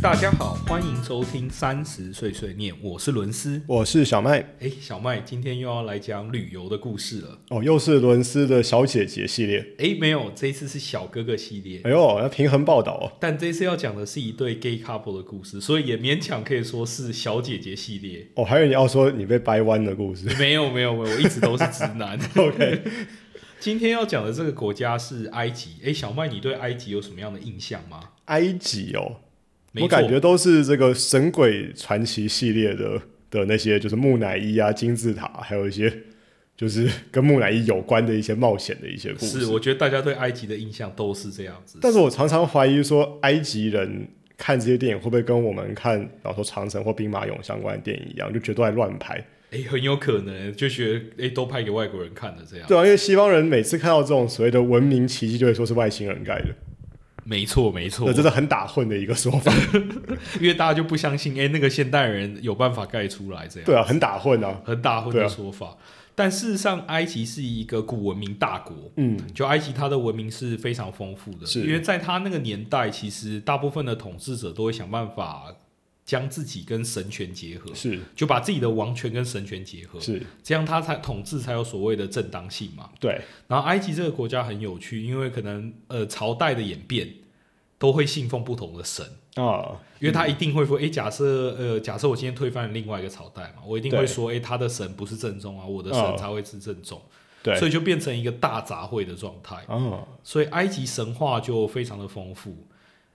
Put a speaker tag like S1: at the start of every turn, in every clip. S1: 大家好，欢迎收听《三十岁碎念》，我是伦斯。
S2: 我是小麦，
S1: 哎，小麦，今天又要来讲旅游的故事了。
S2: 哦，又是伦斯的小姐姐系列。
S1: 哎，没有，这一次是小哥哥系列，
S2: 哎呦，要平衡报道哦。
S1: 但这次要讲的是一对 gay couple 的故事，所以也勉强可以说是小姐姐系列。
S2: 哦，还有你要说你被掰弯的故事。
S1: 没有，没有，没有，我一直都是直 男。
S2: OK，
S1: 今天要讲的这个国家是埃及。哎，小麦，你对埃及有什么样的印象吗？
S2: 埃及哦，
S1: 没错
S2: 我感觉都是这个神鬼传奇系列的的那些，就是木乃伊啊、金字塔，还有一些就是跟木乃伊有关的一些冒险的一些故事。
S1: 是，我觉得大家对埃及的印象都是这样子。
S2: 但是我常常怀疑说，埃及人看这些电影会不会跟我们看，比方说长城或兵马俑相关的电影一样，就觉得都在乱拍。
S1: 哎、很有可能就觉得哎、都拍给外国人看的这样。
S2: 对啊，因为西方人每次看到这种所谓的文明奇迹，就会说是外星人盖的，
S1: 没错，没错
S2: 那，真的很打混的一个说法。
S1: 因为大家就不相信哎、那个现代人有办法盖出来这样，
S2: 对啊，很打混啊。
S1: 很大混
S2: 对
S1: 的
S2: 啊
S1: 说法。但事实上，埃及是一个古文明大国。
S2: 嗯，
S1: 就埃及，它的文明是非常丰富的，
S2: 是
S1: 因为在它那个年代，其实大部分的统治者都会想办法将自己跟神权结合，
S2: 是
S1: 就把自己的王权跟神权结合，
S2: 是，
S1: 这样他才统治才有所谓的正当性嘛。
S2: 对，
S1: 然后埃及这个国家很有趣，因为可能呃朝代的演变都会信奉不同的神，
S2: 啊，
S1: 因为他一定会说，诶，假设呃假设我今天推翻了另外一个朝代嘛，我一定会
S2: 对
S1: 说，诶，他的神不是正宗啊，我的
S2: 哦
S1: 神才会是正宗，
S2: 对，
S1: 所以就变成一个大杂烩的状态。
S2: 啊，
S1: 所以埃及神话就非常的丰富。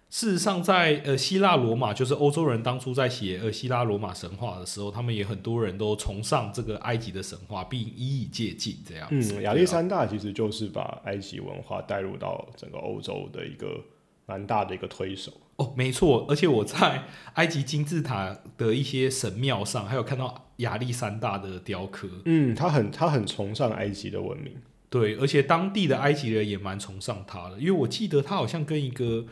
S1: 事实上在，呃希腊罗马，就是欧洲人当初在写呃希腊罗马神话的时候，他们也很多人都崇尚这个埃及的神话，并一以借鉴这样子。
S2: 嗯，亚
S1: 对
S2: 历
S1: 啊
S2: 山大其实就是把埃及文化带入到整个欧洲的一个蛮大的一个推手。
S1: 哦，没错，而且我在埃及金字塔的一些神庙上，还有看到亚历山大的雕刻。
S2: 嗯，他很他很崇尚埃及的文明。
S1: 对，而且当地的埃及人也蛮崇尚他的，因为我记得他好像跟一个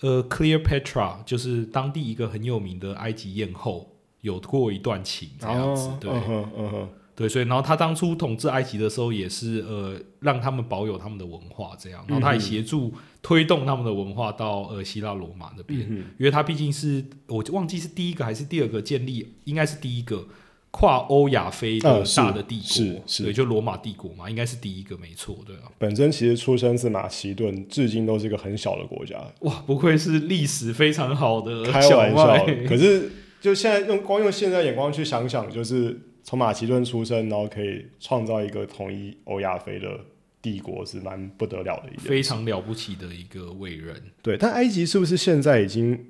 S1: 呃 Cleopatra，就是当地一个很有名的埃及艳后，有过一段情这样子。
S2: 哦
S1: 对、
S2: 嗯哼，嗯哼，
S1: 对，所以然后他当初统治埃及的时候，也是呃让他们保有他们的文化这样，然后他也
S2: 嗯哼
S1: 协助推动他们的文化到呃希腊罗马那边。
S2: 嗯哼，
S1: 因为他毕竟是我忘记是第一个还是第二个建立，应该是第一个跨欧亚非的
S2: 呃是
S1: 大的帝国，
S2: 是是
S1: 对，就罗马帝国嘛，应该是第一个，没错，对啊。
S2: 本身其实出生自马其顿，至今都是一个很小的国家。
S1: 哇，不愧是历史非常好 的
S2: 开
S1: 小
S2: 玩笑
S1: 麦，，
S2: 可是就现在用光用现在眼光去想想，就是从马其顿出生，然后可以创造一个统一欧亚非的帝国，是蛮不得了的一件。
S1: 非常了不起的一个伟人。
S2: 对，但埃及是不是现在已经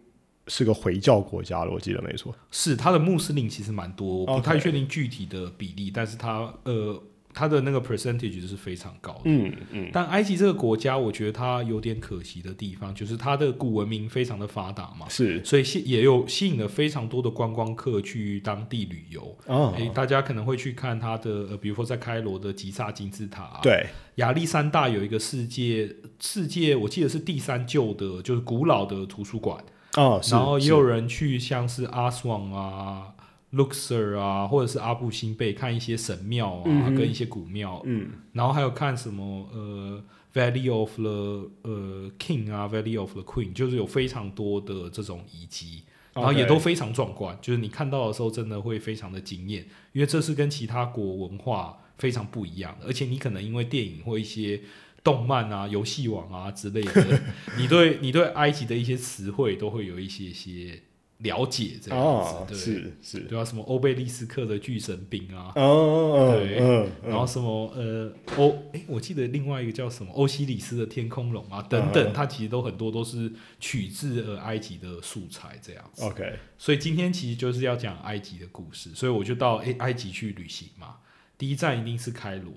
S2: 是个回教国家了？我记得没错。
S1: 是他的穆斯林其实蛮多，我不
S2: OK
S1: 太确定具体的比例，但是他呃他的那个 percentage 是非常高的。
S2: 嗯嗯，
S1: 但埃及这个国家，我觉得它有点可惜的地方，就是它的古文明非常的发达嘛，
S2: 嗯是
S1: 所以吸也有吸引了非常多的观光客去当地旅游。
S2: 啊，
S1: 诶，大家可能会去看它的，呃，比如说在开罗的吉萨金字塔、啊，
S2: 对，
S1: 亚历山大有一个世界世界，我记得是第三旧的，就是古老的图书馆。
S2: 啊，是
S1: 然后也
S2: 是
S1: 有人去像是阿斯旺啊、Luxor 啊，或者是阿布辛贝看一些神庙啊，
S2: 嗯哼
S1: 跟一些古庙。啊
S2: 嗯
S1: 然后还有看什么呃 Valley of the 呃 King 啊，Valley of the Queen，就是有非常多的这种遗迹。然后也
S2: OK
S1: 都非常壮观就是你看到的时候真的会非常的惊艳，因为这是跟其他国文化非常不一样的，而且你可能因为电影或一些动漫啊、游戏王啊之类 的，你对你对埃及的一些词汇都会有一些些了解，这
S2: 啊
S1: 样，子，
S2: 是是
S1: 对，对啊，什么欧贝利斯克的巨神兵啊，
S2: 哦
S1: 对
S2: 嗯
S1: 然后什么呃欧诶，我记得另外一个叫什么欧西里斯的天空龙啊等等，
S2: 嗯
S1: 它其实都很多都是取自呃埃及的素材这样子。
S2: ，OK，
S1: 所以今天其实就是要讲埃及的故事，所以我就到诶埃及去旅行嘛。第一站一定是开罗，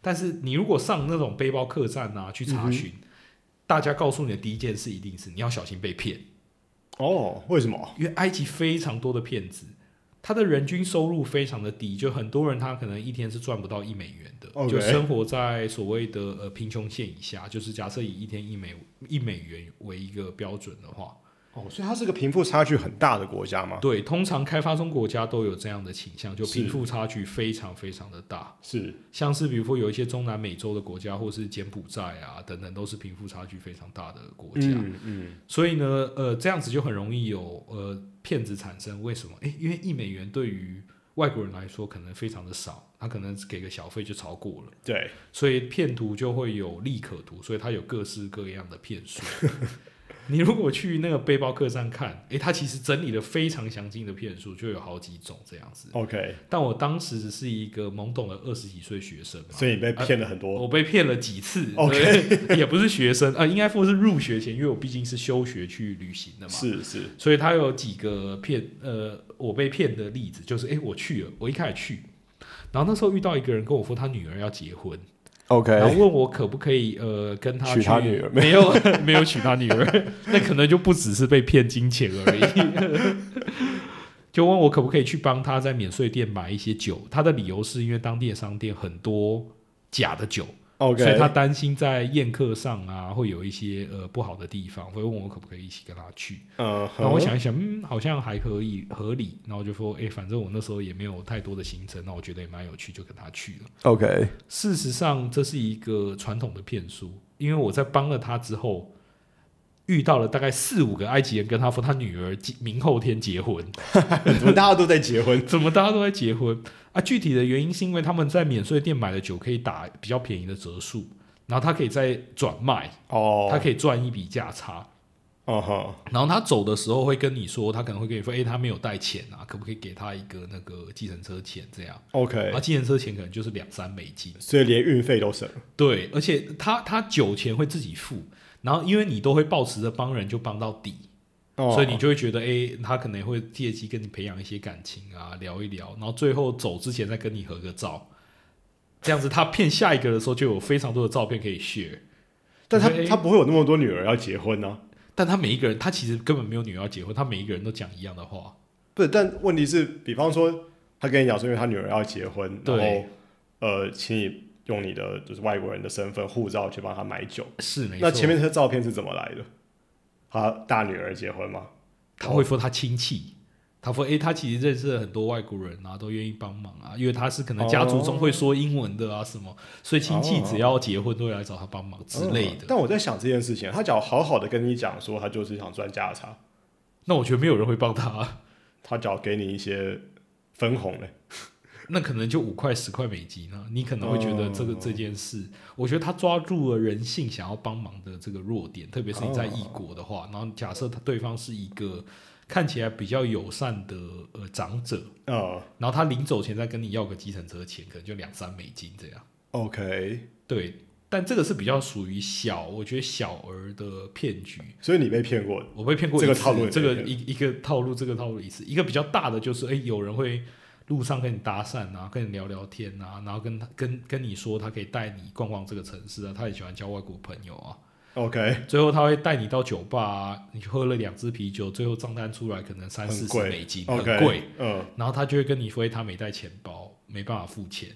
S1: 但是你如果上那种背包客栈啊去查
S2: 嗯
S1: 询，大家告诉你的第一件事一定是你要小心被骗，
S2: 哦，为什么？
S1: 因为埃及非常多的骗子，他的人均收入非常的低，就很多人他可能一天是赚不到一美元的
S2: OK
S1: 就生活在所谓的呃贫穷线以下，就是假设以一天一美一美元为一个标准的话，
S2: 哦，所以它是个贫富差距很大的国家吗？
S1: 对，通常开发中国家都有这样的倾向，就是贫富差距非常非常的大。
S2: 是，
S1: 像是比如说有一些中南美洲的国家，或是柬埔寨啊等等，都是贫富差距非常大的国家。
S2: 嗯嗯，
S1: 所以呢，呃，这样子就很容易有呃骗子产生。为什么？诶、因为一美元对于外国人来说可能非常的少，他可能给个小费就超过了，
S2: 对，
S1: 所以骗徒就会有利可图，所以他有各式各样的骗术。 你如果去那个背包客栈看，诶、他其实整理了非常详尽的骗术，就有好几种这样子。
S2: OK，
S1: 但我当时只是一个懵懂的二十几岁学生嘛，
S2: 所以你被骗了很多。
S1: 我被骗了几次
S2: OK
S1: 对也不是学生，呃，应该说是入学前，因为我毕竟是休学去旅行的嘛，
S2: 是是，
S1: 所以他有几个骗，呃，我被骗的例子，就是，诶，我去了，我一开始去，然后那时候遇到一个人跟我说他女儿要结婚，
S2: OK，
S1: 然后问我可不可以，呃，跟他
S2: 娶
S1: 去
S2: 哎他女儿
S1: 没有 没有娶他女儿，那可能就不只是被骗金钱而已。 就问我可不可以去帮他在免税店买一些酒，他的理由是因为当地的商店很多假的酒。
S2: OK，
S1: 所以他担心在宴客上啊会有一些呃不好的地方，会问我可不可以一起跟他去。
S2: 嗯哼，
S1: 然后我想一想，嗯，好像还可以合理，然后就说，诶，反正我那时候也没有太多的行程，那我觉得也蛮有趣，就跟他去了。
S2: OK，
S1: 事实上，这是一个传统的骗术，因为我在帮了他之后。遇到了大概四五个埃及人，跟他说他女儿今明后天结婚，
S2: 怎 么大家都在结婚？
S1: 怎么大家都在结婚啊？具体的原因是因为他们在免税店买的酒可以打比较便宜的折数，然后他可以再转卖，
S2: 哦，
S1: 他可以赚一笔价差。
S2: 嗯哼，
S1: 然后他走的时候会跟你说，他可能会跟你说，哎、他没有带钱啊，可不可以给他一个那个计程车钱这样？
S2: OK，
S1: 啊，计程车钱可能就是两三美金，
S2: 所以连运费都省了。
S1: 对，而且他他酒钱会自己付，然后因为你都会抱持着帮人就帮到底，
S2: 哦，
S1: 所以你就会觉得，哎、他可能会借机跟你培养一些感情啊，聊一聊，然后最后走之前再跟你合个照，这样子他骗下一个的时候就有非常多的照片可以 share。
S2: 但他
S1: 你觉得
S2: 他不会有那么多女儿要结婚啊呢、
S1: 但他每一个人，他其实根本没有女儿要结婚，他每一个人都讲一样的话。
S2: 不是，但问题是，比方说他跟你讲说，因为他女儿要结婚，然后
S1: 对
S2: 呃，请你用你的就是外国人的身份护照去帮他买酒。
S1: 是没错。
S2: 那前面这些照片是怎么来的？他大女儿结婚吗？
S1: 他会说他亲戚，他说诶，他其实认识了很多外国人啊，都愿意帮忙啊，因为他是可能家族中会说英文的啊什么，所以亲戚只要结婚都会来找他帮忙之类
S2: 嗯
S1: 的。
S2: 但我在想这件事情，他只要好好的跟你讲说，他就是想赚价差，
S1: 那我觉得没有人会帮他啊，
S2: 他只要给你一些分红嘞。
S1: 那可能就五块十块美金啊，你可能会觉得这个
S2: 哦
S1: 这件事，我觉得他抓住了人性想要帮忙的这个弱点，特别是你在异国的话，然后假设他对方是一个看起来比较友善的呃长者，
S2: 嗯
S1: 然后他临走前再跟你要个计程车钱，可能就两三美金这样。
S2: ，OK，
S1: 对，但这个是比较属于小，我觉得小儿的骗局。
S2: 所以你被骗过，
S1: 我被骗过一
S2: 这个
S1: 次
S2: 套路也
S1: 这
S2: 被
S1: 个
S2: 骗
S1: 一一个套路，这个套路一次。一个比较大的就是，哎、有人会路上跟你搭讪啊，跟你聊聊天啊，然后跟他跟跟你说他可以带你逛逛这个城市啊，他很喜欢交外国朋友啊。
S2: OK，
S1: 最后他会带你到酒吧啊，你喝了两支啤酒，最后账单出来可能三
S2: 很
S1: 四十
S2: 贵
S1: 美金，很
S2: OK，
S1: 贵。
S2: 嗯，
S1: 然后他就会跟你说哎他没带钱包，没办法付钱。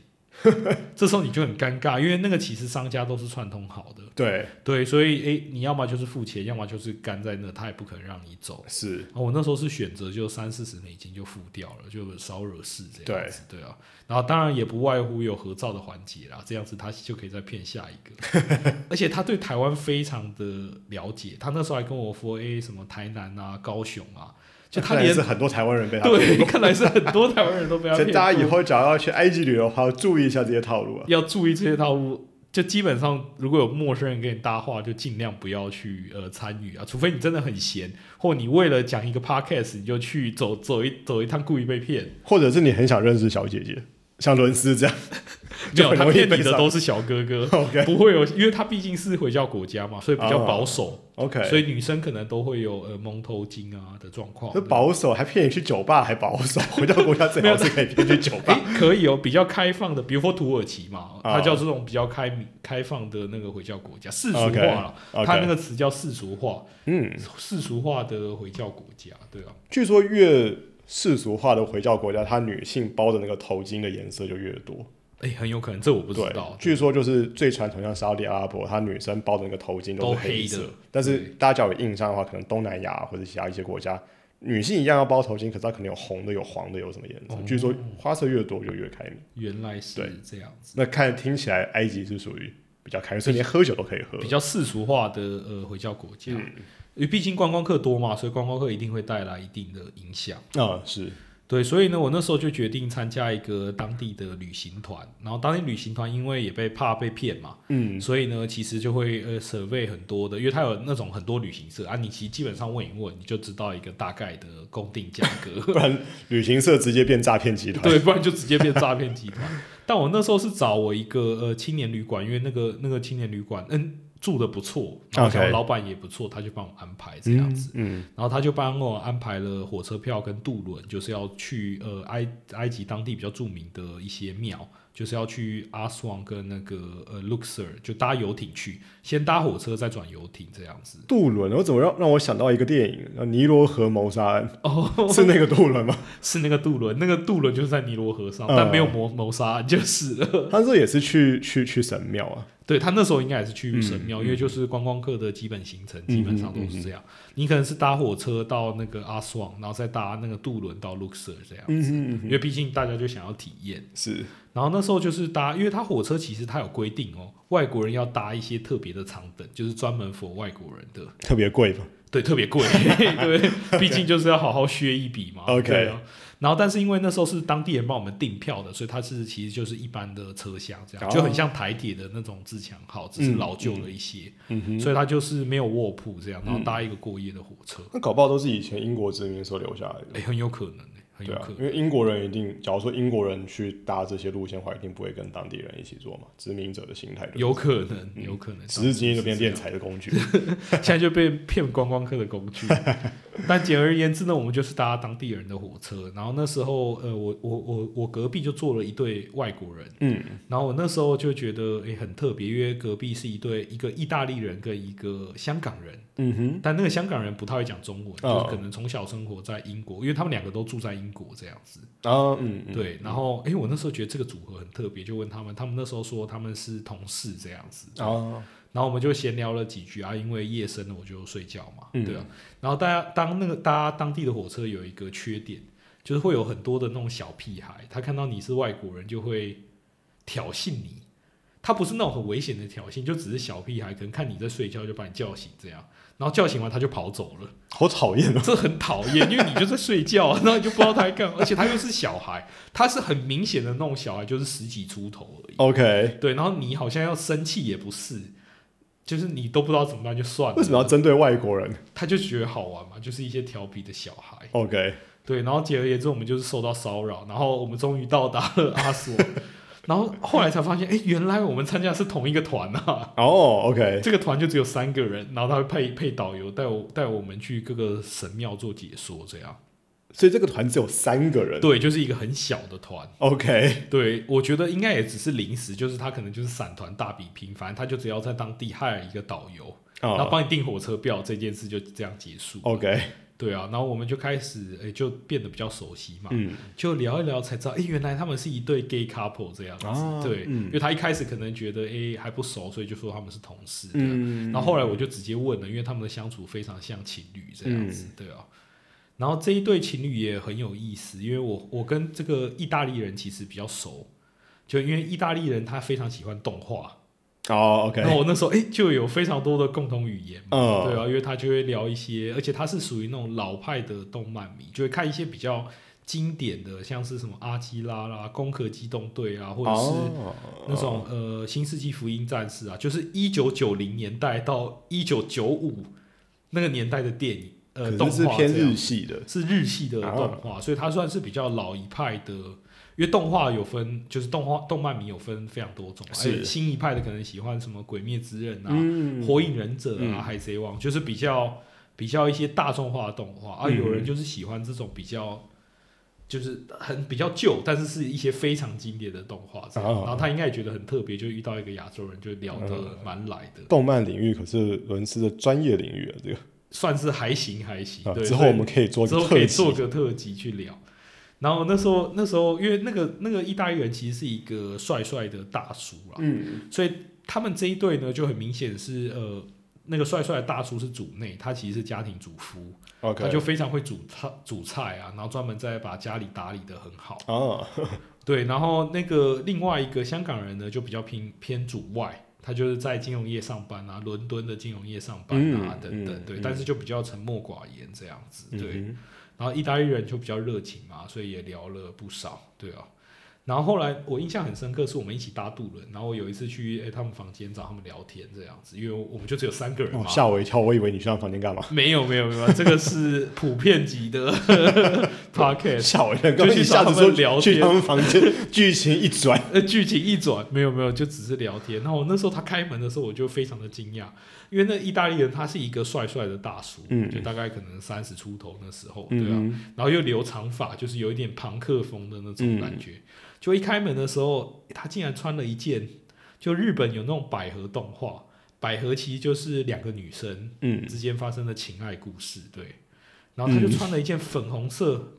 S1: 这时候你就很尴尬，因为那个其实商家都是串通好的，
S2: 对，
S1: 对，所以诶，你要么就是付钱，要么就是干在那，他也不可能让你走。
S2: 是，
S1: 啊，我那时候是选择就三四十美金就付掉了，就少惹事这样子，对啊。然后当然也不外乎有合照的环节啦，这样子他就可以再骗下一个。 而且他对台湾非常的了解，他那时候还跟我说，诶，什么台南啊、高雄啊，就他
S2: 看来
S1: 连
S2: 是很多台湾人被他骗
S1: 对，看来是很多台湾人都被 他
S2: 所
S1: 骗过。
S2: 以大家以后只要要去埃及旅游的话，要注意一下这些套路啊。
S1: 要注意这些套路，就基本上如果有陌生人跟你搭话，就尽量不要去呃参与啊，除非你真的很闲，或你为了讲一个 podcast 你就去走走一走一趟，故意被骗。
S2: 或者是你很想认识小姐姐，像伦斯这样
S1: 没
S2: 就
S1: 有，
S2: 很
S1: 他
S2: 容易
S1: 骗
S2: 被
S1: 你的
S2: 上，
S1: 都是小哥哥
S2: OK
S1: 不会有，因为他毕竟是回教国家嘛，所以比较
S2: 哦
S1: 保守，
S2: OK，
S1: 所以女生可能都会有呃蒙头巾啊的状况
S2: 就。保守，还骗你去酒吧，还保守，回到国家最好是可以骗去酒
S1: 哎、
S2: 吧。
S1: 可以哦，比较开放的，比如说土耳其嘛，它
S2: 哦
S1: 叫这种比较开明、开放的那个回教国家，世俗化
S2: OK，
S1: 了。它哦那
S2: OK，
S1: 个词叫世俗化，
S2: 嗯，
S1: 世俗化的回教国家，对啊，
S2: 据说越世俗化的回教国家，它女性包的那个头巾的颜色就越多。
S1: 哎、很有可能，这我不知
S2: 对
S1: 道，。
S2: 据说就是最传统像沙特阿拉伯，她女生包的那个头巾
S1: 都
S2: 是
S1: 黑的
S2: 色。但是
S1: 对
S2: 大家有印象的话，可能东南亚或者其他一些国家，女性一样要包头巾，可是她可能有红的、有黄的、有什么颜色。
S1: 哦
S2: 据说花色越多就越开明。
S1: 原来是
S2: 对
S1: 这样子，
S2: 那看听起来，埃及是属于比较开明，所以连喝酒都可以喝
S1: 比。较世俗化的呃回教国家，
S2: 嗯
S1: 因为毕竟观光客多嘛，所以观光客一定会带来一定的影响。
S2: 啊、是
S1: 对，所以呢，我那时候就决定参加一个当地的旅行团，然后当地旅行团因为也被怕被骗嘛，
S2: 嗯，
S1: 所以呢，其实就会呃 survey 很多的，因为它有那种很多旅行社啊，你其实基本上问一问，你就知道一个大概的公定价格，
S2: 不然旅行社直接变诈骗集团。
S1: 对，不然就直接变诈骗集团。但我那时候是找我一个呃青年旅馆，因为那个那个青年旅馆嗯住的不错，然后
S2: OK
S1: 想说老板也不错，他就帮我安排这样
S2: 嗯
S1: 子。
S2: 嗯，
S1: 然后他就帮我安排了火车票跟渡轮，就是要去呃埃埃及当地比较著名的一些庙，就是要去阿斯旺跟那个呃 Luxor，就搭游艇去，先搭火车再转游艇这样子。
S2: 渡轮，我怎么让让我想到一个电影《尼罗河谋杀案
S1: 哦，》，
S2: 是那个渡轮吗？
S1: 是那个渡轮，那个渡轮就是在尼罗河上，
S2: 嗯
S1: 但没有谋谋杀案就是了。
S2: 他这也是去去去神庙啊。
S1: 对他那时候应该也是去神庙，
S2: 嗯
S1: 因为就是观光客的基本行程
S2: 嗯
S1: 基本上都是这样。你可能是搭火车到那个阿斯旺，然后再搭那个渡轮到 Luxor 这样，
S2: 嗯哼嗯
S1: 因为毕竟大家就想要体验。
S2: 哼，是
S1: 然后那时候就是搭，因为它火车其实它有规定哦，外国人要搭一些特别的长等，就是专门 for 外国人的，
S2: 特别贵吧？
S1: 对，特 别贵，对，毕竟就是要好好削一笔嘛。
S2: OK
S1: 对啊然后但是因为那时候是当地人帮我们订票的，所以它是其实就是一般的车厢这样，
S2: 哦
S1: 就很像台铁的那种自强号，只是老旧了一些，
S2: 嗯哼，
S1: 所以它就是没有卧铺这样，然后搭一个过夜的火车，
S2: 那搞不好都是以前英国殖民的时候留下来的。
S1: 哎、很有可能、哎，很有
S2: 对啊
S1: 可，
S2: 因
S1: 能。
S2: 为英国人一定，假如说英国人去搭这些路线的话，一定不会跟当地人一起做嘛。殖民者的心态就是
S1: 有可能，有可能，
S2: 时至嗯今日就变
S1: 是这样
S2: 敛财的工具。
S1: 现在就被骗观光客的工 具。但简而言之呢，我们就是搭当地人的火车，然后那时候呃，我我我我隔壁就坐了一对外国人，
S2: 嗯，
S1: 然后我那时候就觉得诶、很特别，因为隔壁是一对一个意大利人跟一个香港人，
S2: 嗯哼，
S1: 但那个香港人不太会讲中文，
S2: 哦
S1: 就是可能从小生活在英国，因为他们两个都住在英国这样子。
S2: 然后嗯，嗯
S1: 对，然后诶、我那时候觉得这个组合很特别，就问他们，他们那时候说他们是同事这样子。
S2: 啊，
S1: 然后我们就闲聊了几句啊，因为夜深了我就睡觉嘛，
S2: 嗯
S1: 对啊。然后大家当那个搭当地的火车有一个缺点，就是会有很多的那种小屁孩，他看到你是外国人就会挑衅你。他不是那种很危险的挑衅，就只是小屁孩，可能看你在睡觉就把你叫醒这样，然后叫醒完他就跑走了，
S2: 好讨厌哦。
S1: 这很讨厌，因为你就在睡觉，然后你就不知道他在干嘛，而且他又是小孩，他是很明显的那种小孩，就是十几出头而已。
S2: OK，
S1: 对，然后你好像要生气也不是，就是你都不知道怎么办就算了。
S2: 为什么要针对外国人
S1: 他就觉得好玩嘛，就是一些调皮的小孩。
S2: ？OK，
S1: 对，然后简而言之，我们就是受到骚扰，然后我们终于到达了阿索， 然后后来才发现，哎，原来我们参加的是同一个团啊。
S2: 哦，OK，
S1: 这个团就只有三个人，然后他会配配导游带我带我们去各个神庙做解说，这样。
S2: 所以这个团只有三个人。
S1: 对，就是一个很小的团。
S2: OK，
S1: 对，我觉得应该也只是临时，就是他可能就是散团大比拼，反正他就只要在当地害了一个导游，然后
S2: 啊哦
S1: 帮你订火车票这件事就这样结束。
S2: ，OK，
S1: 对啊，然后我们就开始，诶、就变得比较熟悉嘛，
S2: 嗯，
S1: 就聊一聊才知道，诶、原来他们是一对 gay couple 这样子。
S2: 啊
S1: 对，
S2: 嗯
S1: 因为他一开始可能觉得，诶、还不熟，所以就说他们是同事这样。
S2: 嗯
S1: 然后后来我就直接问了，因为他们的相处非常像情侣这样
S2: 嗯
S1: 子，对啊。然后这一对情侣也很有意思，因为我我跟这个意大利人其实比较熟，就因为意大利人他非常喜欢动画，
S2: 哦，OK，
S1: 然后我那时候诶、就有非常多的共同语言嘛，
S2: 嗯，
S1: 对啊，因为他就会聊一些，而且他是属于那种老派的动漫迷，就会看一些比较经典的，像是什么阿基拉啦、攻壳机动队啊，或者是
S2: 哦嗯
S1: 那种、呃《新世纪福音战士》啊，就是一九九零年代到一九九五那个年代的电影，呃，
S2: 可
S1: 动
S2: 能是
S1: 画
S2: 偏
S1: 这样
S2: 日哦系的，
S1: 是日系的动画，所以它算是比较老一派的。因为动画有分，就是动画动漫迷有分非常多种，
S2: 是
S1: 哎新一派的可能喜欢什么《鬼灭之刃》啊，
S2: 嗯
S1: 火影忍者啊、
S2: 嗯
S1: 海贼王，就是比较比较一些大众化的动画啊。
S2: 嗯
S1: 有人就是喜欢这种比较，就是很比较旧，但是是一些非常经典的动画这样。
S2: 哦
S1: 然后他应该也觉得很特别，就遇到一个亚洲人，就聊得
S2: 嗯
S1: 蛮来的，
S2: 动漫领域可是伦斯的专业领域了，啊这个
S1: 算是还行还行。
S2: 啊，
S1: 对，
S2: 之后我们可以做
S1: 以
S2: 一
S1: 之
S2: 个
S1: 后可
S2: 特
S1: 以做
S2: 辑，
S1: 个特辑去聊。然后那时候那时候因为那个那个意大利人其实是一个帅帅的大叔啦，
S2: 嗯，
S1: 所以他们这一队呢就很明显是呃那个帅帅的大叔是主内，他其实是家庭主夫，
S2: OK，
S1: 他就非常会煮菜煮菜啊，然后专门在把家里打理的很好。
S2: 啊，
S1: 对，然后那个另外一个香港人呢，就比较偏偏主外，他就是在金融业上班啊，伦敦的金融业上班啊，
S2: 嗯
S1: 等等，
S2: 嗯
S1: 对，
S2: 嗯
S1: 但是就比较沉默寡言这样子，对。
S2: 嗯
S1: 然后意大利人就比较热情嘛，所以也聊了不少，对啊。然后后来我印象很深刻，是我们一起搭渡轮，然后我有一次去、诶他们房间找他们聊天这样子，因为我们就只有三个人
S2: 哼，
S1: 嘛
S2: 哦，，吓我一跳，我以为你去他房间干嘛？
S1: 没有没有没有， 这个是普遍级的 podcast，
S2: 吓我一跳，
S1: 就去
S2: 一下
S1: 找他
S2: 子
S1: 们
S2: 说
S1: 聊
S2: 去
S1: 天
S2: 他们房间，剧情一转，
S1: 呃，剧情一转，没有没有，就只是聊天。然后我那时候他开门的时候，我就非常的惊讶，因为那意大利人他是一个帅帅的大叔，
S2: 嗯
S1: 就大概可能三十出头那时候，对啊，
S2: 嗯
S1: 然后又留长发，就是有一点朋克风的那种
S2: 嗯
S1: 感觉。就一开门的时候，他竟然穿了一件，就日本有那种百合动画，百合其实就是两个女生
S2: 嗯，
S1: 之间发生的情爱故事，对。然后他就穿了一件粉红色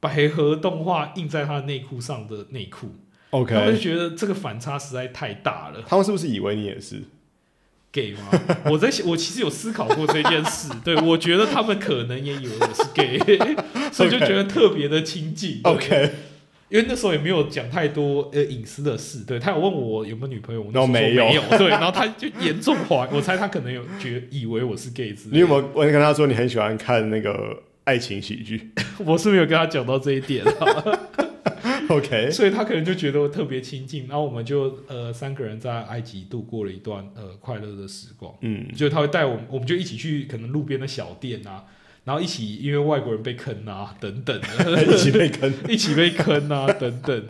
S1: 百合动画印在他的内裤上的内裤。他们就
S2: OK，
S1: 觉得这个反差实在太大了
S2: 他们是不是以为你也是？
S1: ，gay 吗？ 我在想我其实有思考过这件 事，对我觉得他们可能也以为我是 gay，所以就觉得特别的亲近。
S2: OK，
S1: 因为那时候也没有讲太多呃隐私的事，对他有问我有没有女朋友，我那时候说
S2: 然后
S1: 没
S2: 没有
S1: 对，然后他就严重怀，我猜他可能有觉以为我是 gay 之类的
S2: 你有没有？我跟他说你很喜欢看那个爱情喜剧
S1: 我是没有跟他讲到这一点、 啊，
S2: ，OK，
S1: 所以他可能就觉得我特别亲近，然后我们就呃三个人在埃及度过了一段呃快乐的时光。
S2: 嗯，
S1: 就他会带我们，我们就一起去可能路边的小店啊，然后一起因为外国人被坑啊等等的，
S2: 一起被坑，
S1: 一起被坑啊等等。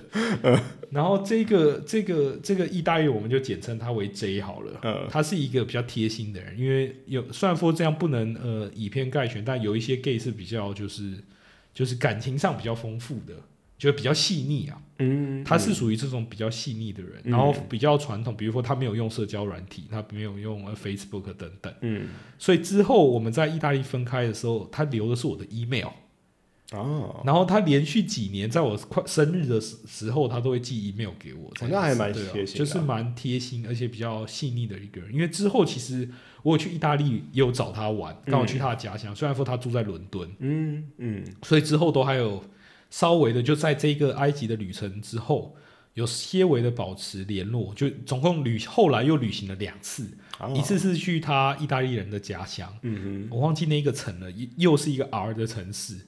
S1: 然后这个这个这个意大利，我们就简称他为 J 好了。
S2: 嗯
S1: 他是一个比较贴心的人，因为有虽然说这样不能呃以偏概全，但有一些 gay 是比较就是就是感情上比较丰富的，就是比较细腻啊。
S2: 嗯
S1: 他是属于这种比较细腻的人，
S2: 嗯
S1: 然后比较传统，比如说他没有用社交软体，他没有用呃 Facebook 等等。
S2: 嗯
S1: 所以之后我们在意大利分开的时候，他留的是我的 email，
S2: 哦，
S1: 然后他连续几年在我快生日的时时候，他都会寄 email 给我。这样子
S2: 那还蛮
S1: 对啊
S2: 贴心的
S1: 就是蛮贴心，而且比较细腻的一个人。因为之后其实我有去意大利，也有找他玩，刚好去他的家乡。虽然说他住在伦敦，
S2: 嗯嗯
S1: 所以之后都还有稍微的就在这个埃及的旅程之后。有些微的保持联络，就总共旅后来又旅行了两次，
S2: 哦
S1: 一次是去他意大利人的家乡，
S2: 嗯
S1: 我忘记那一个城了，又又是一个 R 的城市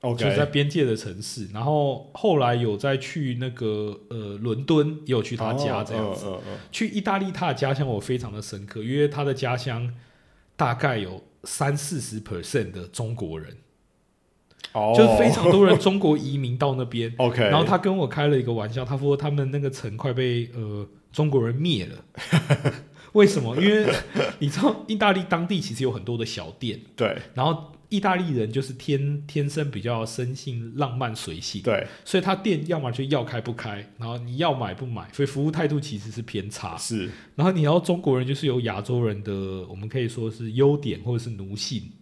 S2: 哼
S1: 就是在
S2: ，OK，
S1: 边界的城市。然后后来有再去那个呃伦敦，也有去他家这样子。
S2: 子，嗯嗯
S1: 去意大利他的家乡，我非常的深刻，因为他的家乡大概有三四十 percent 的中国人，
S2: 哦，
S1: 就是非常多人中国移民到那 边。
S2: OK，
S1: 然后他跟我开了一个玩笑，他说他们那个城快被呃中国人灭了。 为什么？因为 你知道，意大利当地其实有很多的小店，
S2: 对
S1: 然后意大利人就是天天生比较生性浪漫随性，
S2: 对
S1: 所以他店要么就要开不开，然后你要买不买，所以服务态度其实是偏差。
S2: 是，
S1: 然后你要中国人就是有亚洲人的，我们可以说是优点或者是奴性，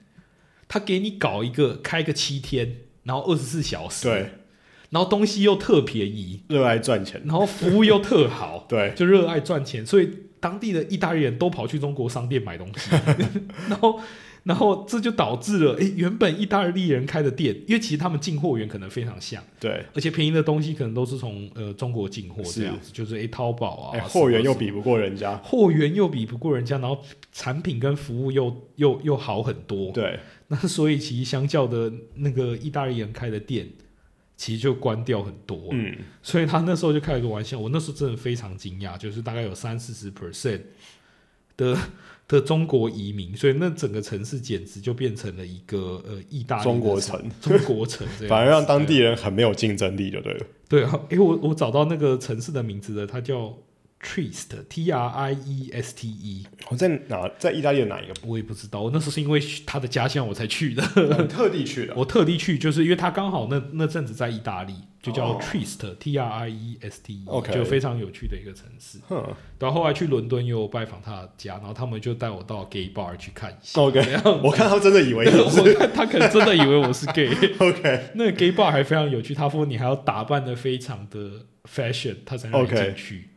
S1: 他给你搞一个开个七天，然后二十四小时，，
S2: 对，
S1: 然后东西又特便宜，
S2: 热爱赚钱，，
S1: 然后服务又特好
S2: 对，
S1: 就热爱赚钱，所以当地的意大利人都跑去中国商店买东西， 然后。然后这就导致了，诶，原本意大利人开的店，因为其实他们进货源可能非常像，
S2: 对，
S1: 而且便宜的东西可能都是从呃中国进货这样子，就是诶淘宝啊，
S2: 哎，货源又
S1: 什么
S2: 比不过人家，
S1: 货源又比不过人家，然后产品跟服务又又又好很多，
S2: 对，
S1: 那所以其实相较的那个意大利人开的店，其实就关掉很多，
S2: 嗯，
S1: 所以他那时候就开了个玩笑，我那时候真的非常惊讶，就是大概有三四十 percent 的的中国移民，所以那整个城市简直就变成了一个呃意大利的
S2: 中国城，
S1: 中国城这样子，
S2: 反而让
S1: 啊
S2: 当地人很没有竞争力，就对了。
S1: 对啊，因为我我找到那个城市的名字了，它叫 Triste，T R I E S T E，
S2: 我哦在哪？在意大利的 哪一个？
S1: 我也不知道，我那时候是因为他的家乡我才去的，
S2: 你哦特地去的？
S1: 我特地去，就是因为他刚好那那阵子在意大利，就叫
S2: 哦
S1: Triste，T R I E S T E，、
S2: OK
S1: 就非常有趣的一个城市。
S2: 哼
S1: 然后后来去伦敦又拜访他的家，然后他们就带我到 gay bar 去看一下。
S2: ，OK，
S1: 然后
S2: 我看他真的以为你是
S1: 我看他可能真的以为我是 gay。
S2: OK，
S1: 那个 gay bar 还非常有趣，他说你还要打扮的非常的 fashion，他才让你
S2: OK
S1: 进去。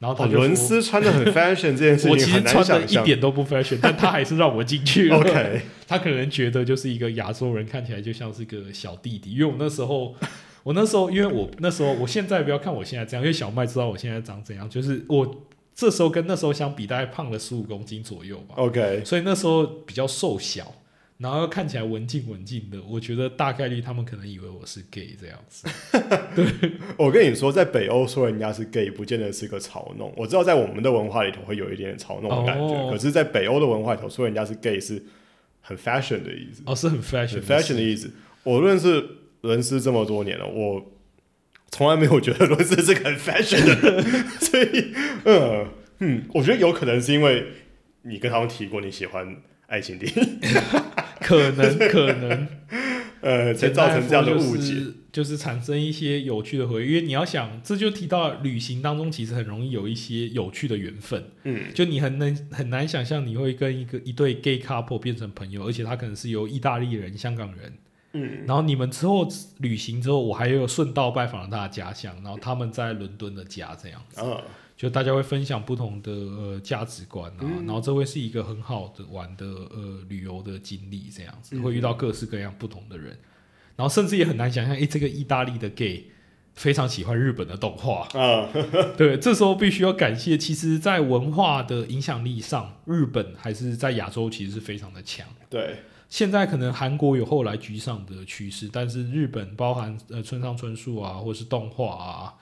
S1: 然后
S2: 哦
S1: 他就
S2: 伦
S1: 说，
S2: 斯穿的很 fashion 这件 事
S1: 我其
S2: 情
S1: 实
S2: 很难
S1: 穿的
S2: 想
S1: 一
S2: 象。
S1: 点都不 fashion，但他还是让我进去了。
S2: OK，
S1: 他可能觉得就是一个亚洲人看起来就像是个小弟弟，因为我那时候， 我那时候，因为我那时候，我现在不要看我现在这样，因为小麦知道我现在长怎样，就是我这时候跟那时候相比，大概胖了十五公斤左右吧，
S2: OK，
S1: 所以那时候比较瘦小，然后又看起来文静文静的，我觉得大概率他们可能以为我是 gay 这样 子。
S2: 我跟你说，在北欧说人家是 gay，不见得是个嘲弄。我知道在我们的文化里头会有一点点嘲弄的感觉，
S1: 哦
S2: 可是，在北欧的文化里头说人家是 gay 是很 fashion 的意思，
S1: 哦，是很 fashion 的
S2: 很 fashion 的意思。我认识伦斯这么多年了，我从来没有觉得伦斯是个很 fashion 的人，所以，嗯嗯，我觉得有可能是因为你跟他们提过你喜欢爱情电影，
S1: 可能可能
S2: 呃， 才造成这样的
S1: 简单来说
S2: 误解。
S1: 就是，就是产生一些有趣的回忆。因为你要想，这就提到旅行当中其实很容易有一些有趣的缘分，
S2: 嗯，
S1: 就你很能很难想象你会跟一个一对 gay couple 变成朋友，而且他可能是由意大利人、香港人。
S2: 嗯，
S1: 然后你们之后旅行之后，我还有顺道拜访了他的家乡，然后他们在伦敦的家这样子，
S2: 啊，
S1: 就大家会分享不同的呃价值观啊，
S2: 嗯
S1: 然后这会是一个很好的玩的呃旅游的经历，这样子
S2: 嗯
S1: 会遇到各式各样不同的人，然后甚至也很难想象，诶，这个意大利的 gay 非常喜欢日本的动画，
S2: 啊，
S1: 对，这时候必须要感谢，其实，在文化的影响力上，日本还是在亚洲其实是非常的强。
S2: 对，
S1: 现在可能韩国有后来居上的趋势，但是日本包含呃村上春树啊，或是动画啊、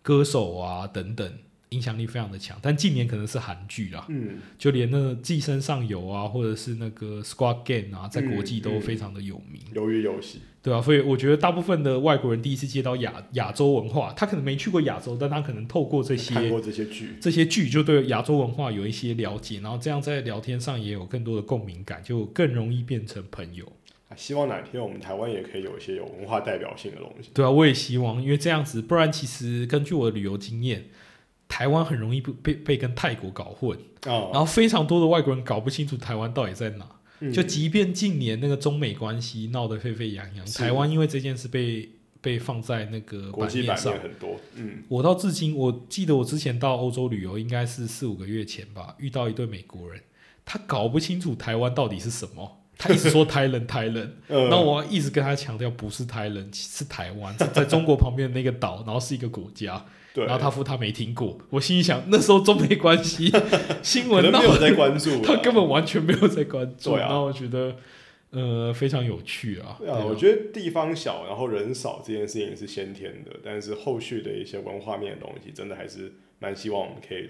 S1: 歌手啊等等，影响力非常的强。但近年可能是韩剧啦，
S2: 嗯，
S1: 就连那个《寄生上游》啊，或者是那个《Squad Game》啊，在
S2: 嗯
S1: 国际都非常的有名，
S2: 鱿鱼游戏，
S1: 对啊，所以我觉得大部分的外国人第一次接到亚亚洲文化，他可能没去过亚洲，但他可能透过这
S2: 看
S1: 些
S2: 过这些剧，
S1: 这些剧就对亚洲文化有一些了解，然后这样在聊天上也有更多的共鸣感，就更容易变成朋友。
S2: 啊希望哪天我们台湾也可以有一些有文化代表性的东西。
S1: 对啊，我也希望，因为这样子，不然其实根据我的旅游经验，台湾很容易被被被跟泰国搞混，然
S2: 啊，
S1: 后非常多的外国人搞不清楚台湾到底在哪。
S2: 嗯
S1: 就即便近年那个中美关系闹得沸沸扬扬，
S2: 是
S1: 台湾因为这件事被被放在那个
S2: 国
S1: 版
S2: 际
S1: 面
S2: 版
S1: 上
S2: 面，很多，嗯，
S1: 我到至今，我记得我之前到欧洲旅游，应该是四五个月前吧，遇到一对美国人，他搞不清楚台湾到底是什么，他一直说台人台人，
S2: 呃
S1: 那我一直跟他强调不是台人，是台湾，是在中国旁边的那个岛，然后是一个国家，
S2: 对，
S1: 然后他说他没听过，我心里想那时候中美关系 新
S2: 可
S1: 闻
S2: 能
S1: 闹
S2: 没有
S1: 得，
S2: 在关注啦，
S1: 他根本完全没有在关注，
S2: 对啊
S1: 然后我觉得呃非常有趣啊，
S2: 对啊，我觉得地方小，然后人少这件事情是先天的，但是后续的一些文化面的东西，真的还是蛮希望我们可以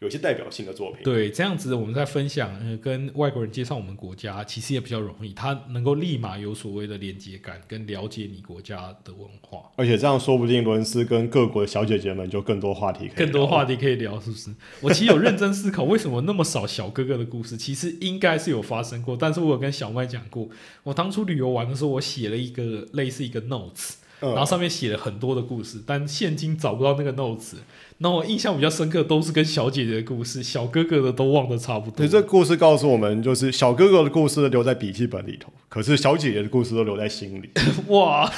S2: 有一些代表性的作品。
S1: 对，这样子我们在分享，呃，跟外国人介绍我们国家，其实也比较容易，他能够立马有所谓的连接感，跟了解你国家的文化，
S2: 而且这样说不定伦斯跟各国的小姐姐们就更多话题可以
S1: 更多
S2: 聊
S1: 话题可以聊，是 不是？我其实有认真思考，为什么那么少小哥哥的故事，其实应该是有发生过，但是我有跟小麦讲过，我当初旅游玩的时候，我写了一个类似一个 notes，
S2: 嗯
S1: 然后上面写了很多的故事，但现今找不到那个 notes。那我印象比较深刻都是跟小姐姐的故事，小哥哥的都忘得差不多
S2: 对，。这故事告诉我们，就是小哥哥的故事留在笔记本里头，可是小姐姐的故事都留在心 里。
S1: 哇，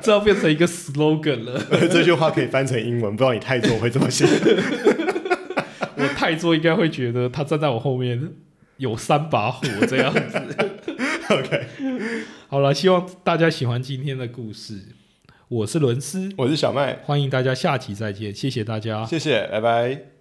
S1: 这要变成一个 slogan 了。
S2: 这句话可以翻成英文，不知道你泰座会怎么写。
S1: 我泰座应该会觉得他站在我后面有三把火这样子。
S2: OK，
S1: 好了，希望大家喜欢今天的故事。我是伦斯，
S2: 我是小麦，
S1: 欢迎大家下期再见，谢谢大家。
S2: 谢谢，拜拜。